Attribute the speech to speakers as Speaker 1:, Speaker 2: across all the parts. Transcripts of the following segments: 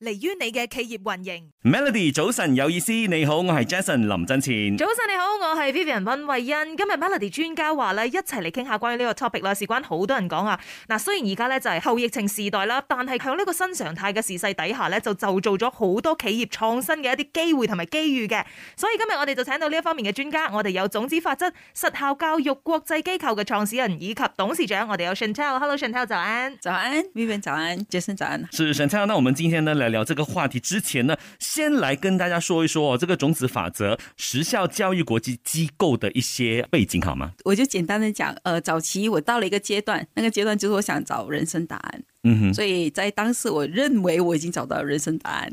Speaker 1: 利於你嘅企業運營。
Speaker 2: Melody 早晨有意思，你好，我係 Jason 林振前。
Speaker 1: 早晨你好，我係 Vivian 溫慧欣。今日 Melody 專家話咧，一齊嚟傾下關於呢個 topic 啦，事關好多人講啊。嗱，雖然而家咧就係後疫情時代啦，但係喺呢個新常態嘅時勢底下咧，就就做咗好多企業創新嘅一啲機會同埋機遇嘅。所以今日我哋就請到呢一方面嘅專家，我哋有種子法則實效教育國際機構嘅創始人以及董事長，我哋有 Chantel。Hello Chantel，早安。
Speaker 3: 早安，Vivian 早安，Jason 早安。
Speaker 2: 是沈灿，那我們今天呢來聊這個話題之前呢，先來跟大家說一說哦，這個種子法則實效教育國際機構的一些背景好嗎？
Speaker 3: 我就簡單的講，呃，早期我到了一個階段，那個階段就是我想找人生答案，
Speaker 2: 嗯哼，
Speaker 3: 所以在當時我認為我已經找到人生答案。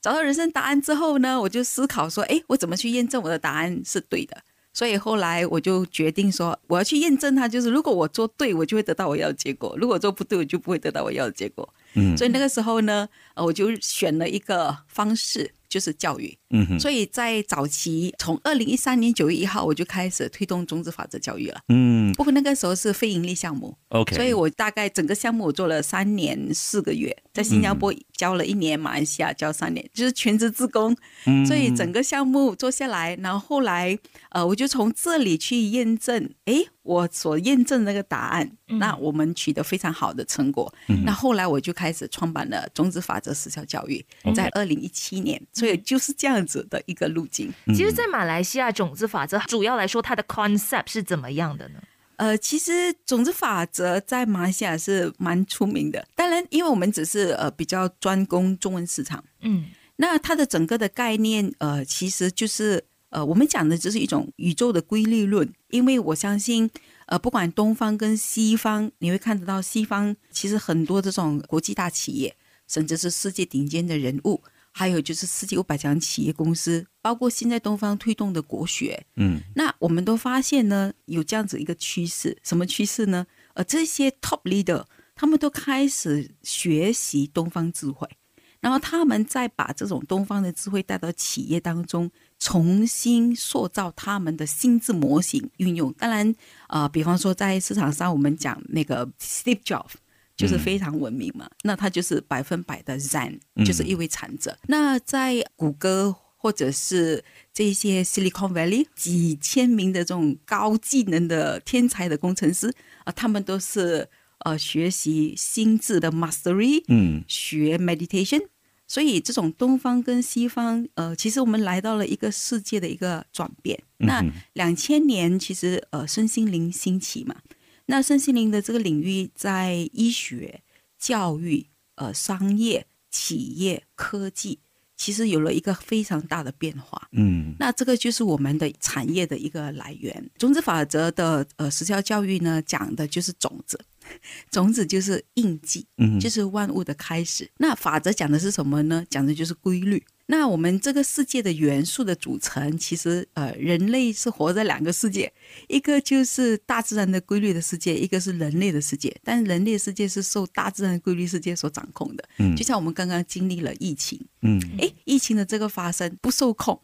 Speaker 3: 找到人生答案之後呢，我就思考說，誒，我怎麼去驗證我的答案是對的？所以後來我就決定說，我要去驗證它，就是如果我做對，我就會得到我要的結果；如果做不對，我就不會得到我要的結果。
Speaker 2: 嗯
Speaker 3: 所以那個時候呢，呃，我就選了一個方式，就是教育。
Speaker 2: 嗯哼，
Speaker 3: 所以在早期，從二零一三年九月一號，我就開始推動種子法則教育了。
Speaker 2: 嗯
Speaker 3: 不過那個時候是非盈利項目，
Speaker 2: ，OK，
Speaker 3: 所以我大概整個項目我做了三年四個月，在新加
Speaker 2: 嗯
Speaker 3: 坡教了一年，馬來西亞教三年，就是全職自工。
Speaker 2: 嗯
Speaker 3: 所以整個項目做下來，然後後來呃，我就從這裡去驗證，誒，我所驗證的那個答案，
Speaker 2: 嗯
Speaker 3: 那我們取得非常好的成果。那后來我就開始創辦了種子法則實效教育，在二零一七年，所
Speaker 2: 嗯
Speaker 3: 以就是這樣子的一個路徑。
Speaker 1: 其實，在馬來西亞種子法則主要來說，它的 concept 是怎麼樣的呢？
Speaker 3: 呃，其實種子法則在馬來西亞是蠻出名的，當然，因為我們只是呃比較專攻中文市場，
Speaker 1: 嗯
Speaker 3: 那它的整個的概念呃其實就是呃我們講的就是一種宇宙的規律論，因為我相信呃不管東方跟西方，你會看得到西方其實很多這種國際大企業，甚至是世界頂尖的人物，還有就是世界五百強企業公司，包括現在東方推動的國學，
Speaker 2: 嗯
Speaker 3: 那我們都發現呢，有這樣子一個趨勢，什麼趨勢呢？呃，這些 top leader 他們都開始學習東方智慧，然後他們再把這種東方的智慧帶到企業當中，重新塑造他們的心智模型運用。當然，呃，比方說在市場上，我們講那個 Steve Jobs。就是非常文明嘛，那他就是百分百的 Zen，就是一位禪者。那在谷歌或者是這些 Silicon Valley 幾千名的這種高技能的天才的工程師啊、他們都是呃學習心智的 mastery，
Speaker 2: 嗯
Speaker 3: 學 meditation。所以這種東方跟西方，呃，其實我們來到了一個世界的一個轉變。
Speaker 2: 嗯
Speaker 3: 那兩千年其實呃身心靈興起嘛，那身心靈的這個領域在醫學、教育、呃商業、企業、科技，其實有了一個非常大的變化。
Speaker 2: 嗯
Speaker 3: 那這個就是我們的產業的一個來源。種子法則的呃實效教育呢，講的就是種子，種子就是印記，
Speaker 2: 嗯
Speaker 3: 就是萬物的開始。那法則講的是什麼呢？講的就是規律。那我們這個世界的元素的組成，其實呃，人類是活在兩個世界，一個就是大自然的規律的世界，一個是人類的世界。但人類世界是受大自然的規律世界所掌控的。
Speaker 2: 嗯
Speaker 3: 就像我們剛剛經歷了疫情，
Speaker 2: 嗯
Speaker 3: 哎，疫情的這個發生不受控，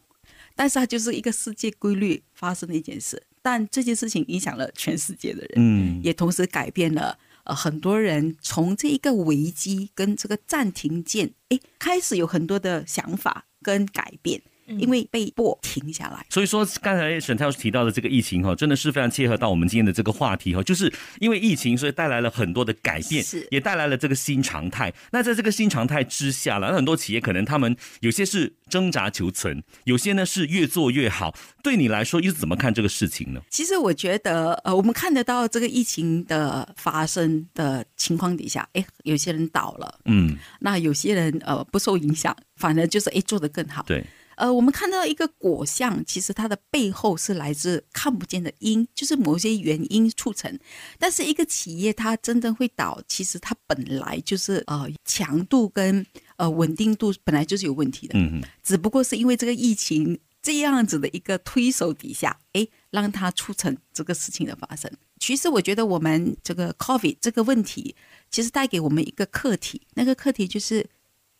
Speaker 3: 但是它就是一個世界規律發生的一件事。但這件事情影響了全世界的人，
Speaker 2: 嗯
Speaker 3: 也同時改變了呃很多人從這一個危機跟這個暫停鍵，哎，開始有很多的想法跟改變，
Speaker 1: 嗯
Speaker 3: 因為被迫停下來。
Speaker 2: 所以說，剛才沈太提到的這個疫情哈，真的是非常切合到我們今天的這個話題哈，就是因為疫情，所以帶來了很多的改變，
Speaker 3: 是
Speaker 2: 也帶來了這個新常態。那在這個新常態之下了，那很多企業可能他們有些是掙扎求存，有些呢是越做越好。對你來說，又是怎麼看這個事情呢？
Speaker 3: 其實我覺得，呃，我們看得到這個疫情的發生的情況底下，哎，有些人倒了，
Speaker 2: 嗯，
Speaker 3: 那有些人呃不受影響，反而就是哎做得更好。
Speaker 2: 對，
Speaker 3: 呃，我們看到一個果相，其實它的背後是來自看不見的因，就是某些原因促成。但是一個企業它真正會倒，其實它本來就是呃強度跟呃穩定度本來就是有問題的，
Speaker 2: 嗯
Speaker 3: 只不過是因為這個疫情這樣子的一個推手底下，哎，讓它促成這個事情的發生。其實我覺得我們這個 COVID 這個問題，其實帶給我們一個課題，那個課題就是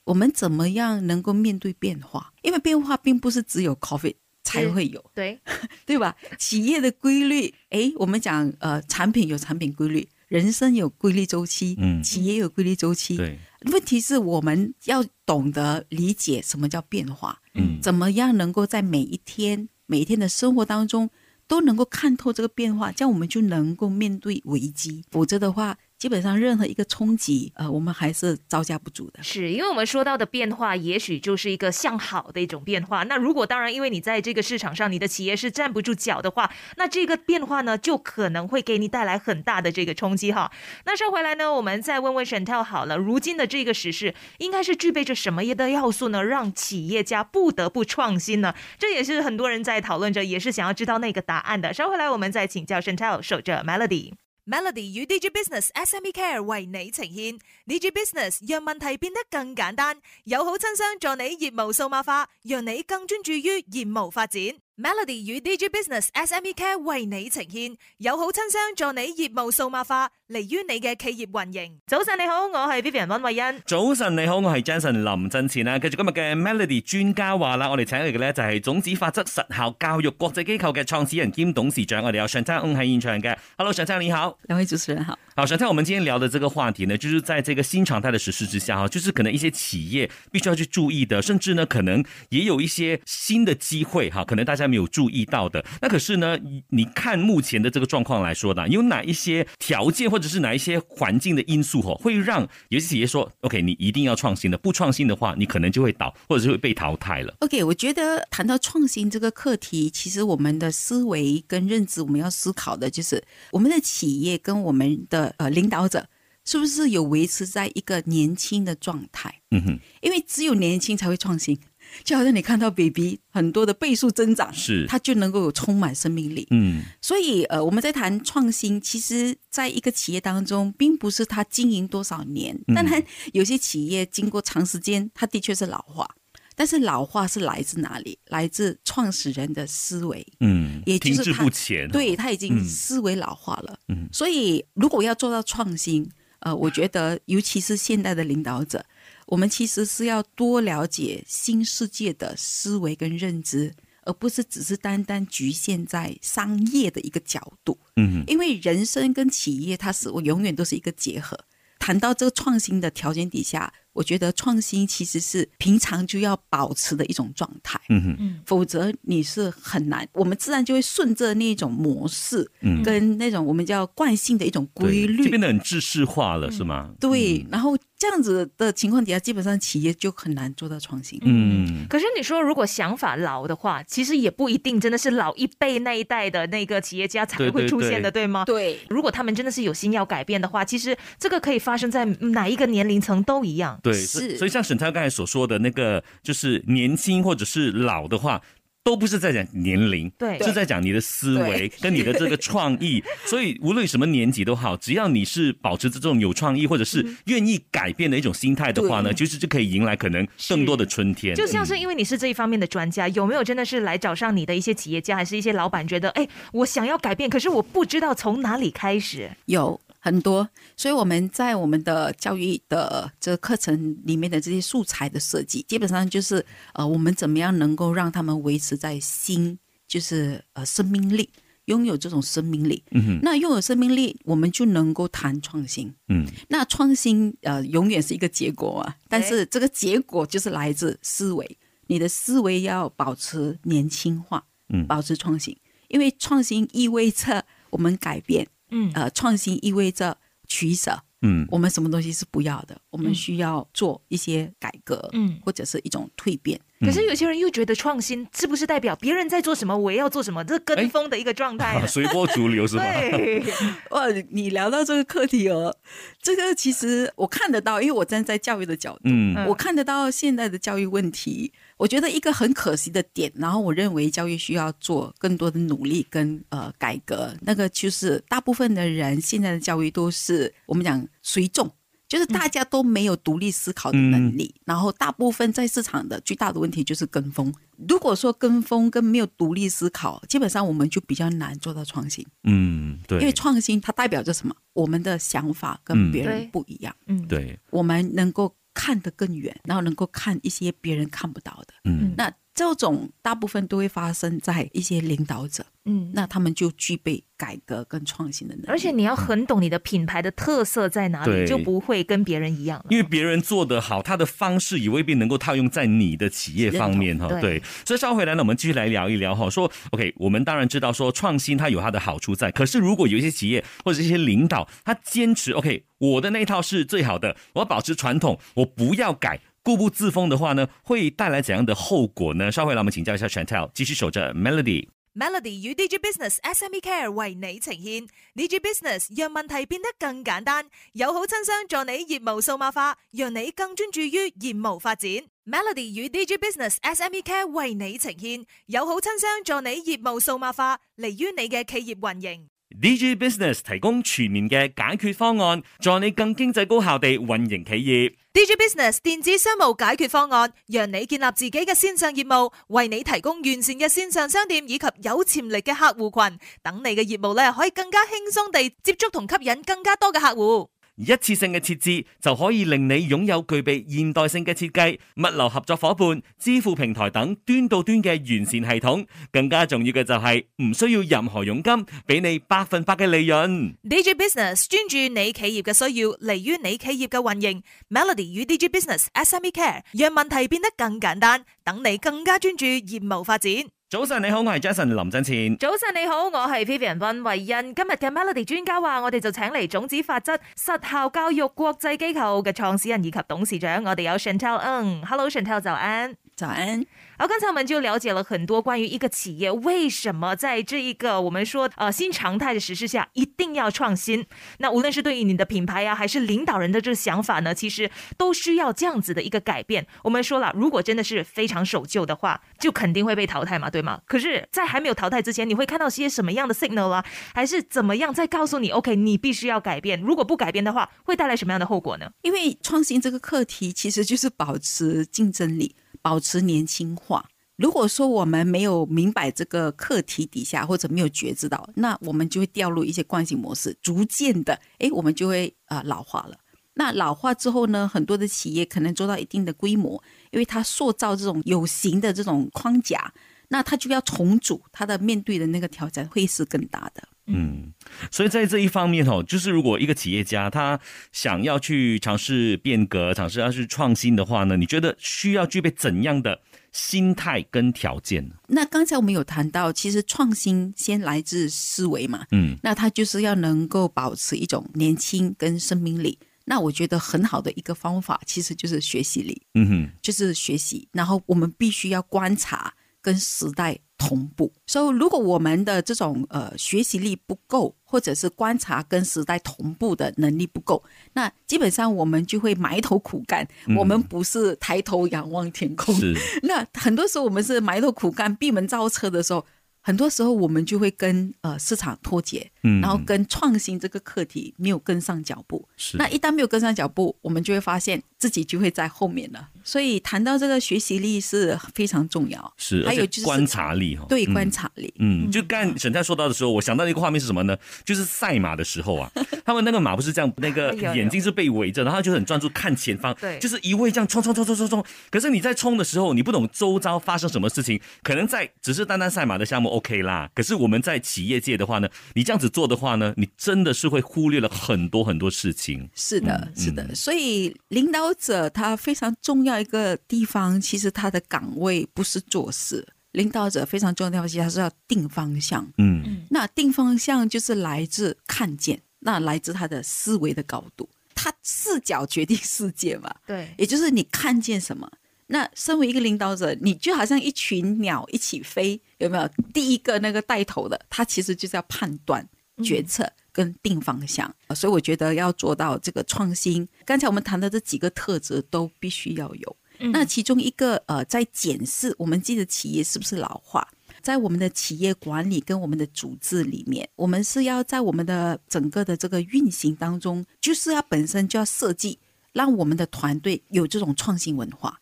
Speaker 3: 我們怎麼樣能夠面對變化？因為變化並不是只有 COVID，才会有，
Speaker 1: 对，
Speaker 3: 对吧？企业的规律，诶，我们讲呃，产品有产品规律，人生有规律周期，
Speaker 2: 嗯
Speaker 3: 企业有规律周期。
Speaker 2: 对，
Speaker 3: 问题是我们要懂得理解什么叫变化，
Speaker 2: 嗯
Speaker 3: 怎么样能够在每一天、每一天的生活当中都能够看透这个变化，这样我们就能够面对危机。否则的话，基本上任何一个冲击，呃，我们还是招架不住的。
Speaker 1: 是因为我们说到的变化，也许就是一个向好的一种变化。那如果当然，因为你在这个市场上，你的企业是站不住脚的话，那这个变化呢，就可能会给你带来很大的这个冲击哈。那说回来呢，我们再问问沈跳好了，如今的这个时事应该是具备着什么样的要素呢，让企业家不得不创新呢？这也是很多人在讨论着，也是想要知道那个答案的。稍回来我们再请教沈跳守着 Melody。Melody 與 Digi Business SME Care 為你呈現，Digi Business 讓問題變得更簡單，友好親商助你業務數碼化，讓你更專注於業務發展。Melody 與 Digi Business SME Care 為你呈現，友好親商助你業務數碼化，利於你嘅企業運營。早晨你好，我係 Vivian 温慧欣。
Speaker 2: 早晨，你好，我係 Jason 林振前啊啦。繼續今日嘅 Melody 專家話啦，我哋請嚟嘅咧就係種子法則實效教育國際機構嘅創始人兼董事長，我哋有上昌嗯喺現場嘅。Hello，上昌你好。
Speaker 3: 两位主持人好。
Speaker 2: 好，沈泰，我们今天聊的这个话题呢，就是在这个新常态的实施之下哈，就是可能一些企业必须要去注意的，甚至呢，可能也有一些新的机会哈，可能大家没有注意到的。那可是呢，你你看目前的这个状况来说呢，有哪一些条件或者是哪一些环境的因素哦，会让有些企业说，OK，你一定要创新的，不创新的话，你可能就会倒，或者是会被淘汰了。
Speaker 3: OK，我觉得谈到创新这个课题，其实我们的思维跟认知，我们要思考的就是我们的企业跟我们的呃领导者是不是有维持在一个年轻的状态？
Speaker 2: 嗯哼，
Speaker 3: 因为只有年轻才会创新，就好像你看到 baby 很多的倍数增长，
Speaker 2: 是
Speaker 3: 它就能够有充满生命力。
Speaker 2: 嗯，
Speaker 3: 所以呃，我们在谈创新，其实在一个企业当中，并不是它经营多少年。当然，有些企业经过长时间，它的确是老化，但是老化是来自哪里？来自创始人的思维。
Speaker 2: 嗯，
Speaker 3: 也就
Speaker 2: 停
Speaker 3: 是
Speaker 2: 滞
Speaker 3: 他
Speaker 2: 不前，，
Speaker 3: 对他已经
Speaker 2: 嗯
Speaker 3: 思维老化了。
Speaker 2: 嗯
Speaker 3: 所以如果要做到创新，呃，我觉得尤其是现代的领导者，我们其实是要多了解新世界的思维跟认知，而不是只是单单局限在商业的一个角度。
Speaker 2: 嗯
Speaker 3: 因为人生跟企业它是我永远都是一个结合。谈到这个创新的条件底下，我觉得创新其实是平常就要保持的一种状态。
Speaker 2: 嗯哼，
Speaker 3: 否则你是很难，我们自然就会顺着那种模式，
Speaker 2: 嗯
Speaker 3: 跟那种我们叫惯性的一种
Speaker 2: 对
Speaker 3: 规
Speaker 2: 就
Speaker 3: 律嗯
Speaker 2: 变，得很制式化了，是吗？
Speaker 3: 对，然后这样子的情况底下，基本上企业就很难做到创新。
Speaker 2: 嗯。
Speaker 1: 可是你说，如果想法老的话，其实也不一定真的是老一辈那一代的那个企业家才
Speaker 2: 对
Speaker 1: 会
Speaker 2: 对
Speaker 1: 出现的，对吗？
Speaker 3: 对，
Speaker 1: 如果他们真的是有心要改变的话，其实这个可以发生在哪一个年龄层都一样。
Speaker 2: 对，
Speaker 3: 是
Speaker 2: 所以所以像沈涛刚才所说的那个，就是年轻或者是老的话。都不是在讲年龄，
Speaker 1: 对
Speaker 2: 是在讲你的思维
Speaker 3: 对
Speaker 2: 跟你的这个创意。所以无论什么年纪都好，只要你是保持着这种有创意或者是愿意改变的一种心态的话呢，其实就可以迎来可能更多的春天。嗯
Speaker 1: 就像是因为你是这一方面的专家，有没有真的是来找上你的一些企业家，还是一些老板觉得，哎，我想要改变，可是我不知道从哪里开始？
Speaker 3: 有很多，所以我们在我们的教育的这个课程里面的这些素材的设计，基本上就是呃，我们怎么样能够让他们维持在新，就是呃生命力，拥有这种生命力。
Speaker 2: 嗯哼
Speaker 3: 那拥有生命力，我们就能够谈创新。
Speaker 2: 嗯
Speaker 3: 那创新呃，永远是一个结果啊，但
Speaker 1: 对
Speaker 3: 是这个结果就是来自思维，你的思维要保持年轻化，
Speaker 2: 嗯
Speaker 3: 保持创新，因为创新意味着我们改变，
Speaker 1: 嗯
Speaker 3: 呃，创新意味着取舍，
Speaker 2: 嗯
Speaker 3: 我们什么东西是不要的，我们需要做一些改革，
Speaker 1: 嗯
Speaker 3: 或者是一种蜕变。
Speaker 1: 可是有些人又觉得创新是不是代表别人在做什么，我也要做什么，这跟风的一个状态
Speaker 2: 啊
Speaker 1: 呢。
Speaker 2: 随波逐 流是吧？
Speaker 1: 对，
Speaker 3: 哇，你聊到这个课题哦，这个其实我看得到，因为我站在教育的角度，
Speaker 2: 嗯
Speaker 1: 嗯
Speaker 3: 我看得到现在的教育问题。我觉得一个很可惜的点，然后我认为教育需要做更多的努力跟呃改革。那个就是大部分的人现在的教育都是我们讲随众。就是大
Speaker 2: 嗯
Speaker 3: 家都没有独立思考的能力，然后大部分在市场的最大的问题就是跟风。如果说跟风跟没有独立思考，基本上我们就比较难做到创新。
Speaker 2: 嗯，对，
Speaker 3: 因为创新它代表着什么？我们的想法
Speaker 2: 嗯
Speaker 3: 跟别
Speaker 1: 对
Speaker 3: 人不一样，
Speaker 1: 嗯，
Speaker 2: 对，
Speaker 3: 我们能够看得更远，然后能够看一些别人看不到的。
Speaker 2: 嗯
Speaker 3: 那这种大部分都会发生在一些领导者，
Speaker 1: 嗯，
Speaker 3: 那他们就具备改革跟创新的能力。
Speaker 1: 而且你要很懂你的品牌的特色在哪里，
Speaker 2: 对
Speaker 1: 就不会跟别人一样了。
Speaker 2: 因为别人做得好，他的方式也未必能够套用在你的企业方面哈。
Speaker 1: 对
Speaker 2: 对，所以稍回来呢，我们继续来聊一聊哈。说 OK，我们当然知道说创新它有它的好处在，可是如果有一些企业或者一些领导，他坚持 OK，我的那一套是最好的，我要保持传统，我不要改。固步自封的话呢，会带来怎样的后果呢？稍回来我们请教一下 Chantel，继续守着 Melody。
Speaker 1: Melody 与 Digi Business SME Care 为你呈現 Digi Business 讓問題變得更簡單，友好親商助你業務數碼化，讓你更專注於業務發展。Melody 與 Digi Business SME Care 為你呈現友好親商助你業務數碼化，利於你嘅企業運營。
Speaker 2: DG Business 提供全面嘅解決方案，助你更經濟高效地運營企業。
Speaker 1: Digi Business 電子商務解決方案，讓你建立自己嘅線上業務，為你提供完善嘅線上商店以及有潛力嘅客戶群，等你嘅業務咧可以更加輕鬆地接觸同吸引更加多嘅客戶。
Speaker 2: 一次性嘅設置就可以令你擁有具備現代性嘅設計、物流合作伙伴、支付平台等端到端嘅完善系統。更加重要嘅就係唔需要任何佣金，俾你百分百嘅利潤。
Speaker 1: Digi Business 專注你企業嘅需要，利於你企業嘅運營。Melody 與 Digi Business SME Care 讓問題變得更簡單，等你更加專注業務發展。
Speaker 2: 早晨你好，我係 Jason 林振前。
Speaker 1: 早晨你好，我係 Vivian 温慧欣。今日嘅 Melody 專家話，我哋就請嚟種子法則實效教育國際機構嘅創始人以及董事長，我哋有 Chantel 嗯，Hello Chantel 早安。
Speaker 3: 早安，
Speaker 1: 好，刚才我们就了解了很多关于一个企业为什么在这一个我们说呃新常态的实施下一定要创新。那无论是对于你的品牌呀、还是领导人的这个想法呢，其实都需要这样子的一个改变。我们说了，如果真的是非常守旧的话，就肯定会被淘汰嘛，对吗？可是，在还没有淘汰之前，你会看到些什么样的 signal 啊？还是怎么样在告诉你，OK，你必须要改变。如果不改变的话，会带来什么样的后果呢？
Speaker 3: 因为创新这个课题其实就是保持竞争力，保持年轻化。如果说我们没有明白这个课题底下，或者没有觉知到，那我们就会掉入一些惯性模式，逐渐的，诶，我们就会呃老化了。那老化之后呢，很多的企业可能做到一定的规模，因为它塑造这种有形的这种框架，那它就要重组，它的面对的那个挑战会是更大的。
Speaker 2: 嗯，所以在这一方面哦，就是如果一个企业家他想要去尝试变革、尝试要去创新的话呢，你觉得需要具备怎样的心态跟条件呢？
Speaker 3: 那刚才我们有谈到，其实创新先来自思维嘛，
Speaker 2: 嗯，
Speaker 3: 那它就是要能够保持一种年轻跟生命力。那我觉得很好的一个方法，其实就是学习力，
Speaker 2: 嗯哼，
Speaker 3: 就是学习。然后我们必须要观察跟时代同步。所、以，如果我们的这种呃学习力不够，或者是观察跟时代同步的能力不够，那基本上我们就会埋头苦干。我们不是抬头仰望天空，
Speaker 2: 是。
Speaker 3: 那很多时候我们是埋头苦干、闭门造车的时候，很多时候我们就会跟呃市场脱节，
Speaker 2: 嗯
Speaker 3: 然后跟创新这个课题没有跟上脚步。
Speaker 2: 是
Speaker 3: 那一旦没有跟上脚步，我们就会发现自己就会在后面了。所以谈到这个学习力是非常重要，
Speaker 2: 是，
Speaker 3: 还
Speaker 2: 而且
Speaker 3: 有就是
Speaker 2: 观察力哈、
Speaker 3: 对
Speaker 2: 嗯
Speaker 3: 观。察力。
Speaker 2: 嗯，就刚才沈太说到的时候，我想到一个画面是什么呢？就是赛马的时候 啊，他们那个马不是这样，那
Speaker 3: 哎
Speaker 2: 个
Speaker 1: 有有
Speaker 2: 眼睛是被围着，然后就很专注看前方，
Speaker 1: 对
Speaker 2: 就是一味这样冲冲冲冲冲冲。可是你在冲的时候，你不懂周遭发生什么事情，可能在只是单单赛马的项目 OK 啦，可是我们在企业界的话呢，你这样子做的话呢，你真的是会忽略了很多很多事情。
Speaker 3: 是的，是的，
Speaker 2: 嗯
Speaker 3: 所以领导者他非常重要一个地方，其实他的岗位不是做事，领导者非常重要的地方，其实他是要定方向。
Speaker 2: 嗯
Speaker 3: 那定方向就是来自看见，那来自他的思维的高度，他视角决定世界嘛，
Speaker 1: 对，
Speaker 3: 也就是你看见什么。那身为一个领导者，你就好像一群鸟一起飞，有没有？第一个那个带头的，他其实就是要判断、决策跟定方向。呃所以我觉得要做到这个创新，刚才我们谈的这几个特质都必须要有。
Speaker 1: 嗯
Speaker 3: 嗯 那其中一个呃，在检视我们自己的企业是不是老化，在我们的企业管理跟我们的组织里面，我们是要在我们的整个的这个运行当中，就是要本身就要设计，让我们的团队有这种创新文化。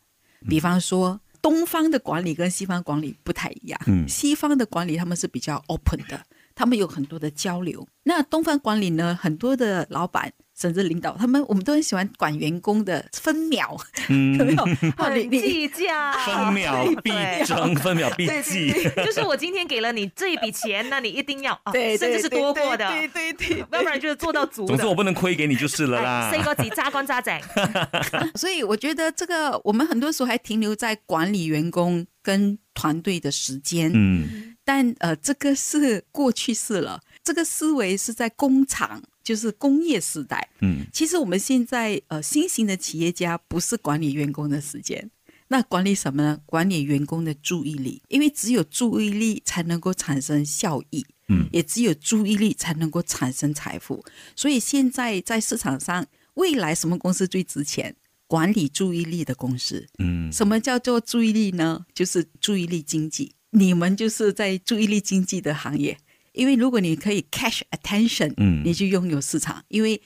Speaker 3: 比方说，东方的管理跟西方管理不太一样，
Speaker 2: 嗯
Speaker 3: 西方的管理他们是比较 open 的，他们有很多的交流。那东方管理呢，很多的老板甚至领导，他们我们都很喜欢管员工的分秒，
Speaker 2: 嗯
Speaker 3: 有 没有？啊你
Speaker 1: 很计
Speaker 3: 你
Speaker 1: 较，
Speaker 2: 分秒必 争，分秒必
Speaker 3: 对
Speaker 2: 计。
Speaker 1: 就是我今天给了你这一笔钱，那你一定要啊，
Speaker 3: 对，
Speaker 1: 甚至是
Speaker 3: 对
Speaker 1: 多过的，
Speaker 3: 对对对对
Speaker 1: 要不然就是做到足
Speaker 2: 总之我
Speaker 1: 的。
Speaker 2: 不能亏给你就是了
Speaker 3: 哎
Speaker 2: 啦。
Speaker 1: 四个字揸干揸净，
Speaker 3: 所以我觉得这个我们很多时候还停留在管理员工跟团队的时间，
Speaker 2: 嗯，
Speaker 3: 但呃，这个是过去式了，这个思维是在工厂，就是工业时代。
Speaker 2: 嗯，
Speaker 3: 其实我们现在呃，新型的企业家不是管理员工的时间。那管理什么呢？管理员工的注意力，因为只有注意力才能够产生效益，
Speaker 2: 嗯，
Speaker 3: 也只有注意力才能够产生财富。所以现在在市场上，未来什么公司最值钱？管理注意力的公司，
Speaker 2: 嗯，
Speaker 3: 什么叫做注意力呢？就是注意力经济。你们就是在注意力经济的行业，因为如果你可以 cash attention，
Speaker 2: 嗯
Speaker 3: 你就拥有市场，因为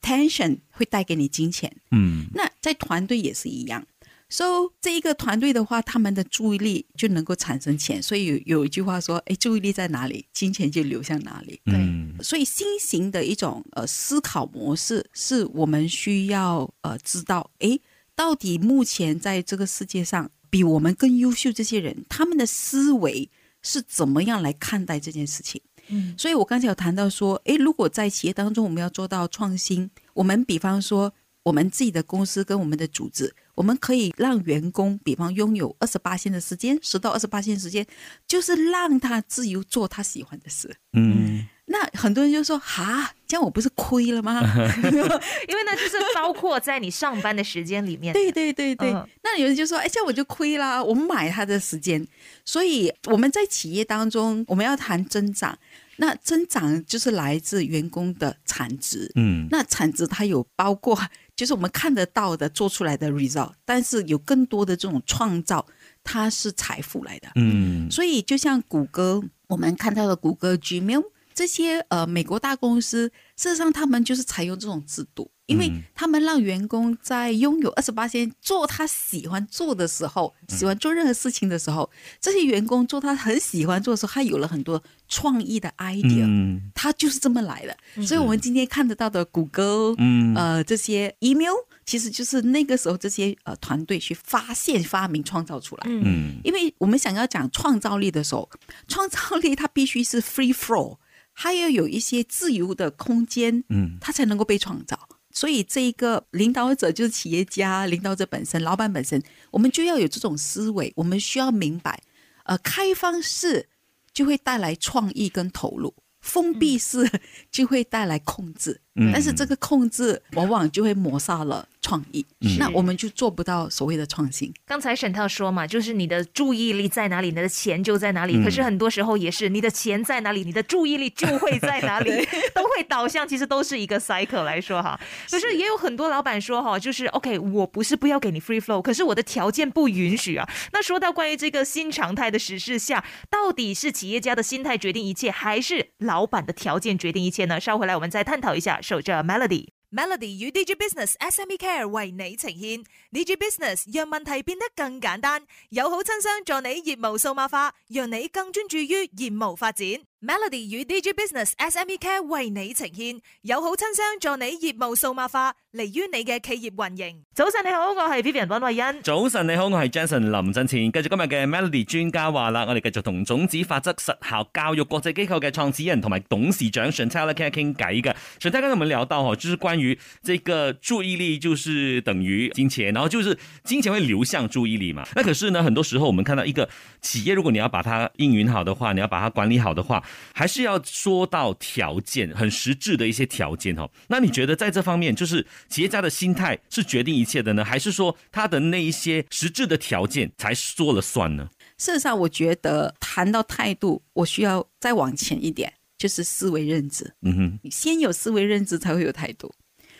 Speaker 3: attention 会带给你金钱。
Speaker 2: 嗯，
Speaker 3: 那在团队也是一样。so, 这一个团队的话，他们的注意力就能够产生钱，所以有有一句话说：“哎，注意力在哪里，金钱就流向哪里。”
Speaker 1: 对
Speaker 2: 嗯，
Speaker 3: 所以新型的一种呃思考模式，是我们需要呃知道，诶，到底目前在这个世界上比我们更优秀这些人，他们的思维是怎么样来看待这件事情？
Speaker 1: 嗯，
Speaker 3: 所以我刚才有谈到说，诶，如果在企业当中我们要做到创新，我们比方说我们自己的公司跟我们的组织，我们可以让员工，比方拥有二十八天的时间，十到二十八天时间，就是让他自由做他喜欢的事。
Speaker 2: 嗯，
Speaker 3: 那很多人就说：“哈，这样我不是亏了吗
Speaker 1: 因为呢，就是包括在你上班的时间里？” 面。
Speaker 3: 对对对对。
Speaker 1: 嗯
Speaker 3: 那有人就说：“哎，这样我就亏啦，我买他的时间。”所以我们在企业当中，我们要谈增长。那增长就是来自员工的产值。
Speaker 2: 嗯，
Speaker 3: 那产值它有包括，就是我们看得到的做出来的 result，但是有更多的这种创造，它是财富来的。
Speaker 2: 嗯，
Speaker 3: 所以就像谷歌，我们看到的谷歌、Gmail 这些呃美国大公司，事实上他们就是采用这种制度，因为
Speaker 2: 嗯
Speaker 3: 他们让员工在拥有二十八天做他喜欢做的时候，
Speaker 2: 嗯
Speaker 3: 喜欢做任何事情的时候，这些员工做他很喜欢做的时候，他有了很多创意的 idea，、
Speaker 2: 嗯，
Speaker 3: 他就是这么来的。所以我们今天看得到的谷歌，
Speaker 2: 嗯，
Speaker 3: 呃，这些 email 其实就是那个时候这些呃团队去发现、发明、创造出来。
Speaker 1: 嗯，
Speaker 2: 嗯，
Speaker 3: 因为我们想要讲创造力的时候，创造力它必须是 free flow，它要有一些自由的空间，
Speaker 2: 嗯，
Speaker 3: 它才能够被创造。所以这一个领导者就是企业家，领导者本身，老板本身，我们就要有这种思维，我们需要明白，呃，开放式就会带来创意跟投入。封闭式就会带来控制，但是这个控制往往就会抹杀了创意，那我们就做不到所谓的创新。
Speaker 1: 刚才沈涛说嘛，就是你的注意力在哪里，你的钱就在哪里。可是很多时候也是，你的钱在哪里，你的注意力就会在哪里，都会导向，其实都是一个 cycle 来说哈。可是也有很多老板说哈，就是 OK，我不是不要给你 free flow，可是我的条件不允许啊。那说到关于这个新常态的实施下，到底是企业家的心态决定一切，还是老板的条件决定一切呢？稍回来我们再探讨一下。守着 Melody。Melody 与 Digi Business SME Care 为你呈现，Digi Business 让问題變得更簡單，友好親商助你業務數碼化，讓你更專注於業務發展。Melody 與 Digi Business SME Care 為你呈現，友好親商助你業務數碼化，利於你嘅企業運營。早晨你好，我係 Vivian 温慧 欣。
Speaker 2: 早晨，你好，我係 Jason 林振前。繼續今日嘅 Melody 專家話啦，我哋繼續同種子法則實效教育國際機構嘅創始人同埋董事長 Chantal 咧傾一傾偈嘅。Chantal 剛才我們聊到哦，就是關於這個注意力就是等於金錢，然後就是金錢會流向注意力嘛。那可是呢，很多時候我們看到一個企業，如果你要把它應運好的話，你要把它管理好的話，還是要說到條件，很實質的一些条件哦。那你觉得在这方面，就是企业家的心态是决定一切的呢，还是说他的那一些实质的条件才说了算呢？
Speaker 3: 事实上，我觉得谈到态度，我需要再往前一点，就是思维认知。
Speaker 2: 嗯哼，
Speaker 3: 你先有思维认知，才会有态度。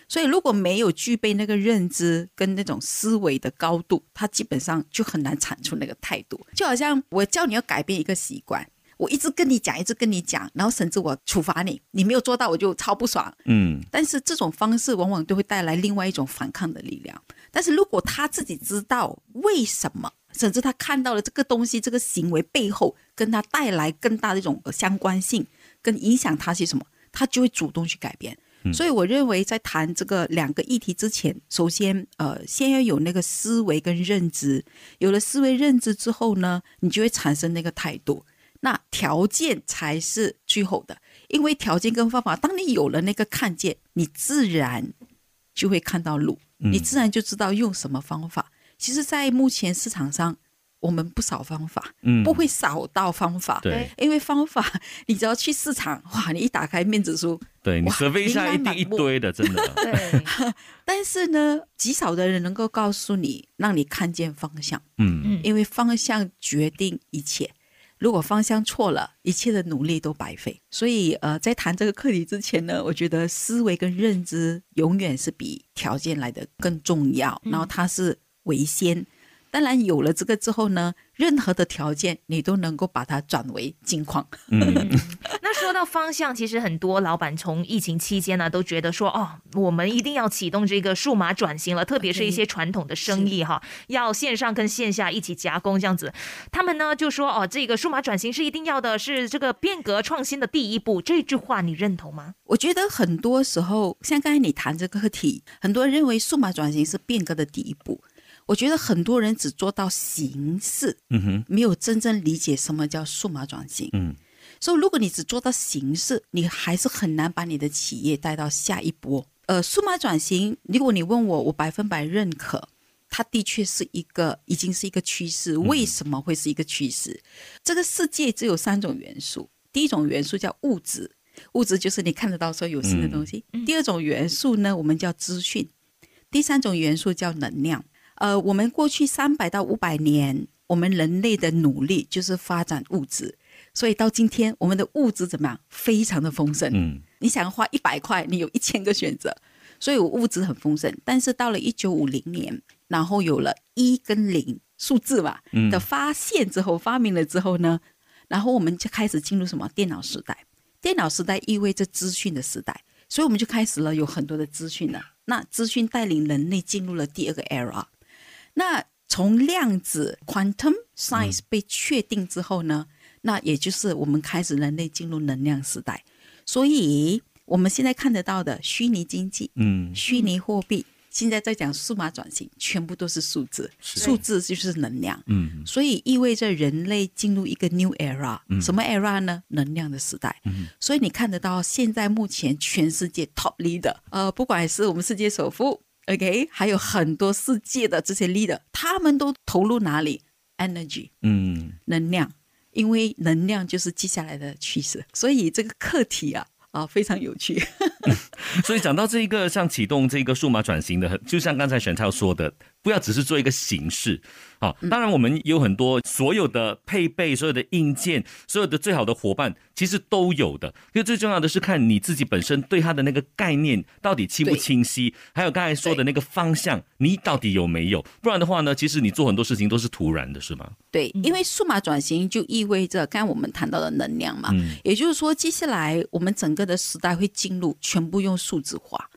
Speaker 3: 所以，如果没有具备那个认知跟那种思维的高度，它基本上就很难产出那个态度。就好像我叫你要改变一个习惯，我一直跟你讲，一直跟你讲，然后甚至我处罚你，你没有做到，我就超不爽。
Speaker 2: 嗯
Speaker 3: 但是这种方式往往都会带来另外一种反抗的力量。但是如果他自己知道为什么，甚至他看到了这个东西、这个行为背后跟他带来更大的一种呃相关性，跟影响他些什么，他就会主动去改变。所以我认为，在谈这个两个议题之前，首先，呃，先要有那个思维跟认知。有了思维认知之后呢，你就会产生那个态度。那条件才是最后的，因为条件跟方法，当你有了那个看见，你自然就会看到路，
Speaker 2: 嗯
Speaker 3: 你自然就知道用什么方法。其实，在目前市场上，我们不少方法，
Speaker 2: 嗯
Speaker 3: 不会哎少到方法。
Speaker 2: 对
Speaker 3: 因为方法，你只要去市场，哇，你一打开面子书，
Speaker 2: 对，你
Speaker 3: 哇
Speaker 2: survey 一下一定
Speaker 3: 琳琅
Speaker 2: 一
Speaker 3: 满目
Speaker 2: 堆的，真的。
Speaker 1: 对，
Speaker 3: 但是呢，极少的人能够告诉你，让你看见方向，
Speaker 2: 嗯，
Speaker 3: 因为方向决定一切。如果方向错了，一切的努力都白费。所以，呃，在谈这个课题之前呢，我觉得思维跟认知永远是比条件来的更重要，然后它是为先。当然，有了这个之后呢，任何的条件你都能够把它转为金矿。
Speaker 1: 那说到方向，其实很多老板从疫情期间呢，都觉得说，哦，我们一定要启动这个数码转型了，特别是一些传统的生意哈，要线上跟线下一起加工这样子。他们呢就说，哦，这个数码转型是一定要的，是这个变革创新的第一步。这句话你认同吗？
Speaker 3: 我觉得很多时候，像刚才你谈这个课题，很多人认为数码转型是变革的第一步。我觉得很多人只做到形式，
Speaker 2: 嗯哼，
Speaker 3: 没有真正理解什么叫数码转型。
Speaker 2: 嗯，
Speaker 3: 所以如果你只做到形式，你还是很难把你的企业带到下一波。呃，数码转型，如果你问我，我百分百认可，它的确是一个已经是一个趋势。
Speaker 2: 嗯
Speaker 3: 为什么会是一个趋势？这个世界只有三种元素，第一种元素叫物质，物质就是你看得到说有新的
Speaker 2: 嗯
Speaker 3: 东西；第二种元素呢，我们叫资讯；第三种元素叫能量。呃，我们过去三百到五百年，我们人类的努力就是发展物质，所以到今天，我们的物质怎么样？非常的丰盛。
Speaker 2: 嗯，
Speaker 3: 你想花一百块，你有一千个选择，所以我物质很丰盛。但是到了一九五零年，然后有了一跟零数字嘛的发现之后，发明了之后呢，然后我们就开始进入什么电脑时代。电脑时代意味着资讯的时代，所以我们就开始了有很多的资讯了。那资讯带领人类进入了第二个 era。那从量子 （quantum science） 被确定之后呢，那也就是我们开始人类进入能量时代。所以我们现在看得到的虚拟经济、
Speaker 2: 嗯，
Speaker 3: 虚拟货币，现在在讲数码转型，全部都是数字，数字就是能量。
Speaker 2: 嗯，
Speaker 3: 所以意味着人类进入一个 new era，、什么 era 呢？能量的时代。
Speaker 2: 嗯
Speaker 3: 所以你看得到，现在目前全世界 top leader，呃，不管是我们世界首富，OK，还有很多世界的这些 leader，他们都投入哪里？energy
Speaker 2: 嗯，
Speaker 3: 能量，因为能量就是接下来的趋势。所以这个课题啊，啊，非常有趣。
Speaker 2: 所以讲到这一个像启动这个数码转型的，就像刚才沈超说的，不要只是做一个形式。好、当然我们有很多所有的配备、所有的硬件、所有的最好的伙伴，其实都有的。因为最重要的是看你自己本身对它的那个概念到底清不
Speaker 3: 对
Speaker 2: 清晰，还有刚才说的那个方向，你到底有没有？不然的话呢，其实你做很多事情都是突然的，是吗？
Speaker 3: 对，因为数码转型就意味着刚才我们谈到的能量嘛，也就是说，接下来我们整个的时代会进入全部用数字化，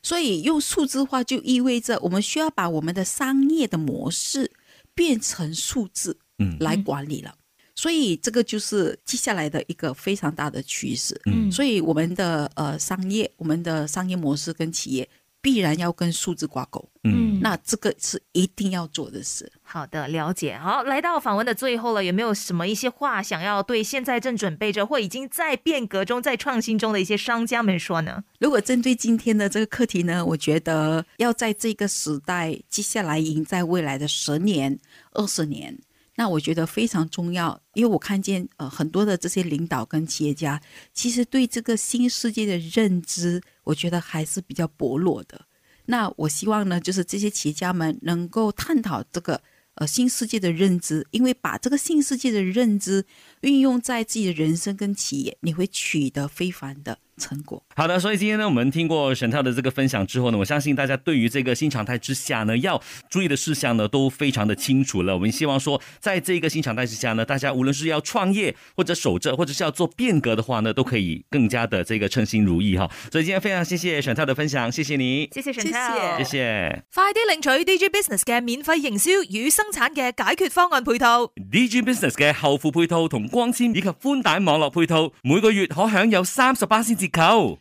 Speaker 3: 所以用数字化就意味着我们需要把我们的商业的模式变成数字，
Speaker 2: 嗯
Speaker 3: 来管理了。所以这个就是接下来的一个非常大的趋势，
Speaker 1: 嗯
Speaker 3: 所以我们的呃商业，我们的商业模式跟企业必然要跟数字挂钩，
Speaker 2: 嗯
Speaker 3: 那这个是一定要做的事。
Speaker 1: 好的，了解。好，来到访问的最后了，有没有什么一些话想要对现在正准备着或已经在变革中、在创新中的一些商家们说呢？
Speaker 3: 如果针对今天的这个课题呢，我觉得要在这个时代，接下来赢在未来的十年、二十年，那我觉得非常重要。因为我看见呃很多的这些领导跟企业家，其实对这个新世界的认知，我觉得还是比较薄弱的。那我希望呢，就是这些企业家们能够探讨这个呃新世界的认知，因为把这个新世界的认知运用在自己的人生跟企业，你会取得非凡的成果。
Speaker 2: 好的，所以今天呢，我们听过沈涛的这个分享之后呢，我相信大家对于这个新常态之下呢，要注意的事项呢，都非常的清楚了。我们希望说，在这个新常态之下呢，大家无论是要创业或者守着，或者是要做变革的话呢，都可以更加的这个称心如意哈。所以今天非常谢谢沈涛的分享，谢谢你，
Speaker 4: 謝謝
Speaker 3: 謝
Speaker 1: 哦
Speaker 3: 謝
Speaker 2: 谢谢。
Speaker 4: 快啲領取 DG Business 嘅免費營銷與生產嘅解決方案配套。
Speaker 2: DG Business 嘅後付配套同光纖以及寬帶網絡配套，每個月可享有三十八先折扣。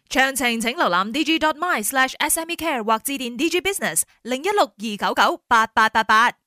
Speaker 4: 詳情請瀏覽 E dg.my/sme care 或致電 DG Business 零一六二九九八八八八。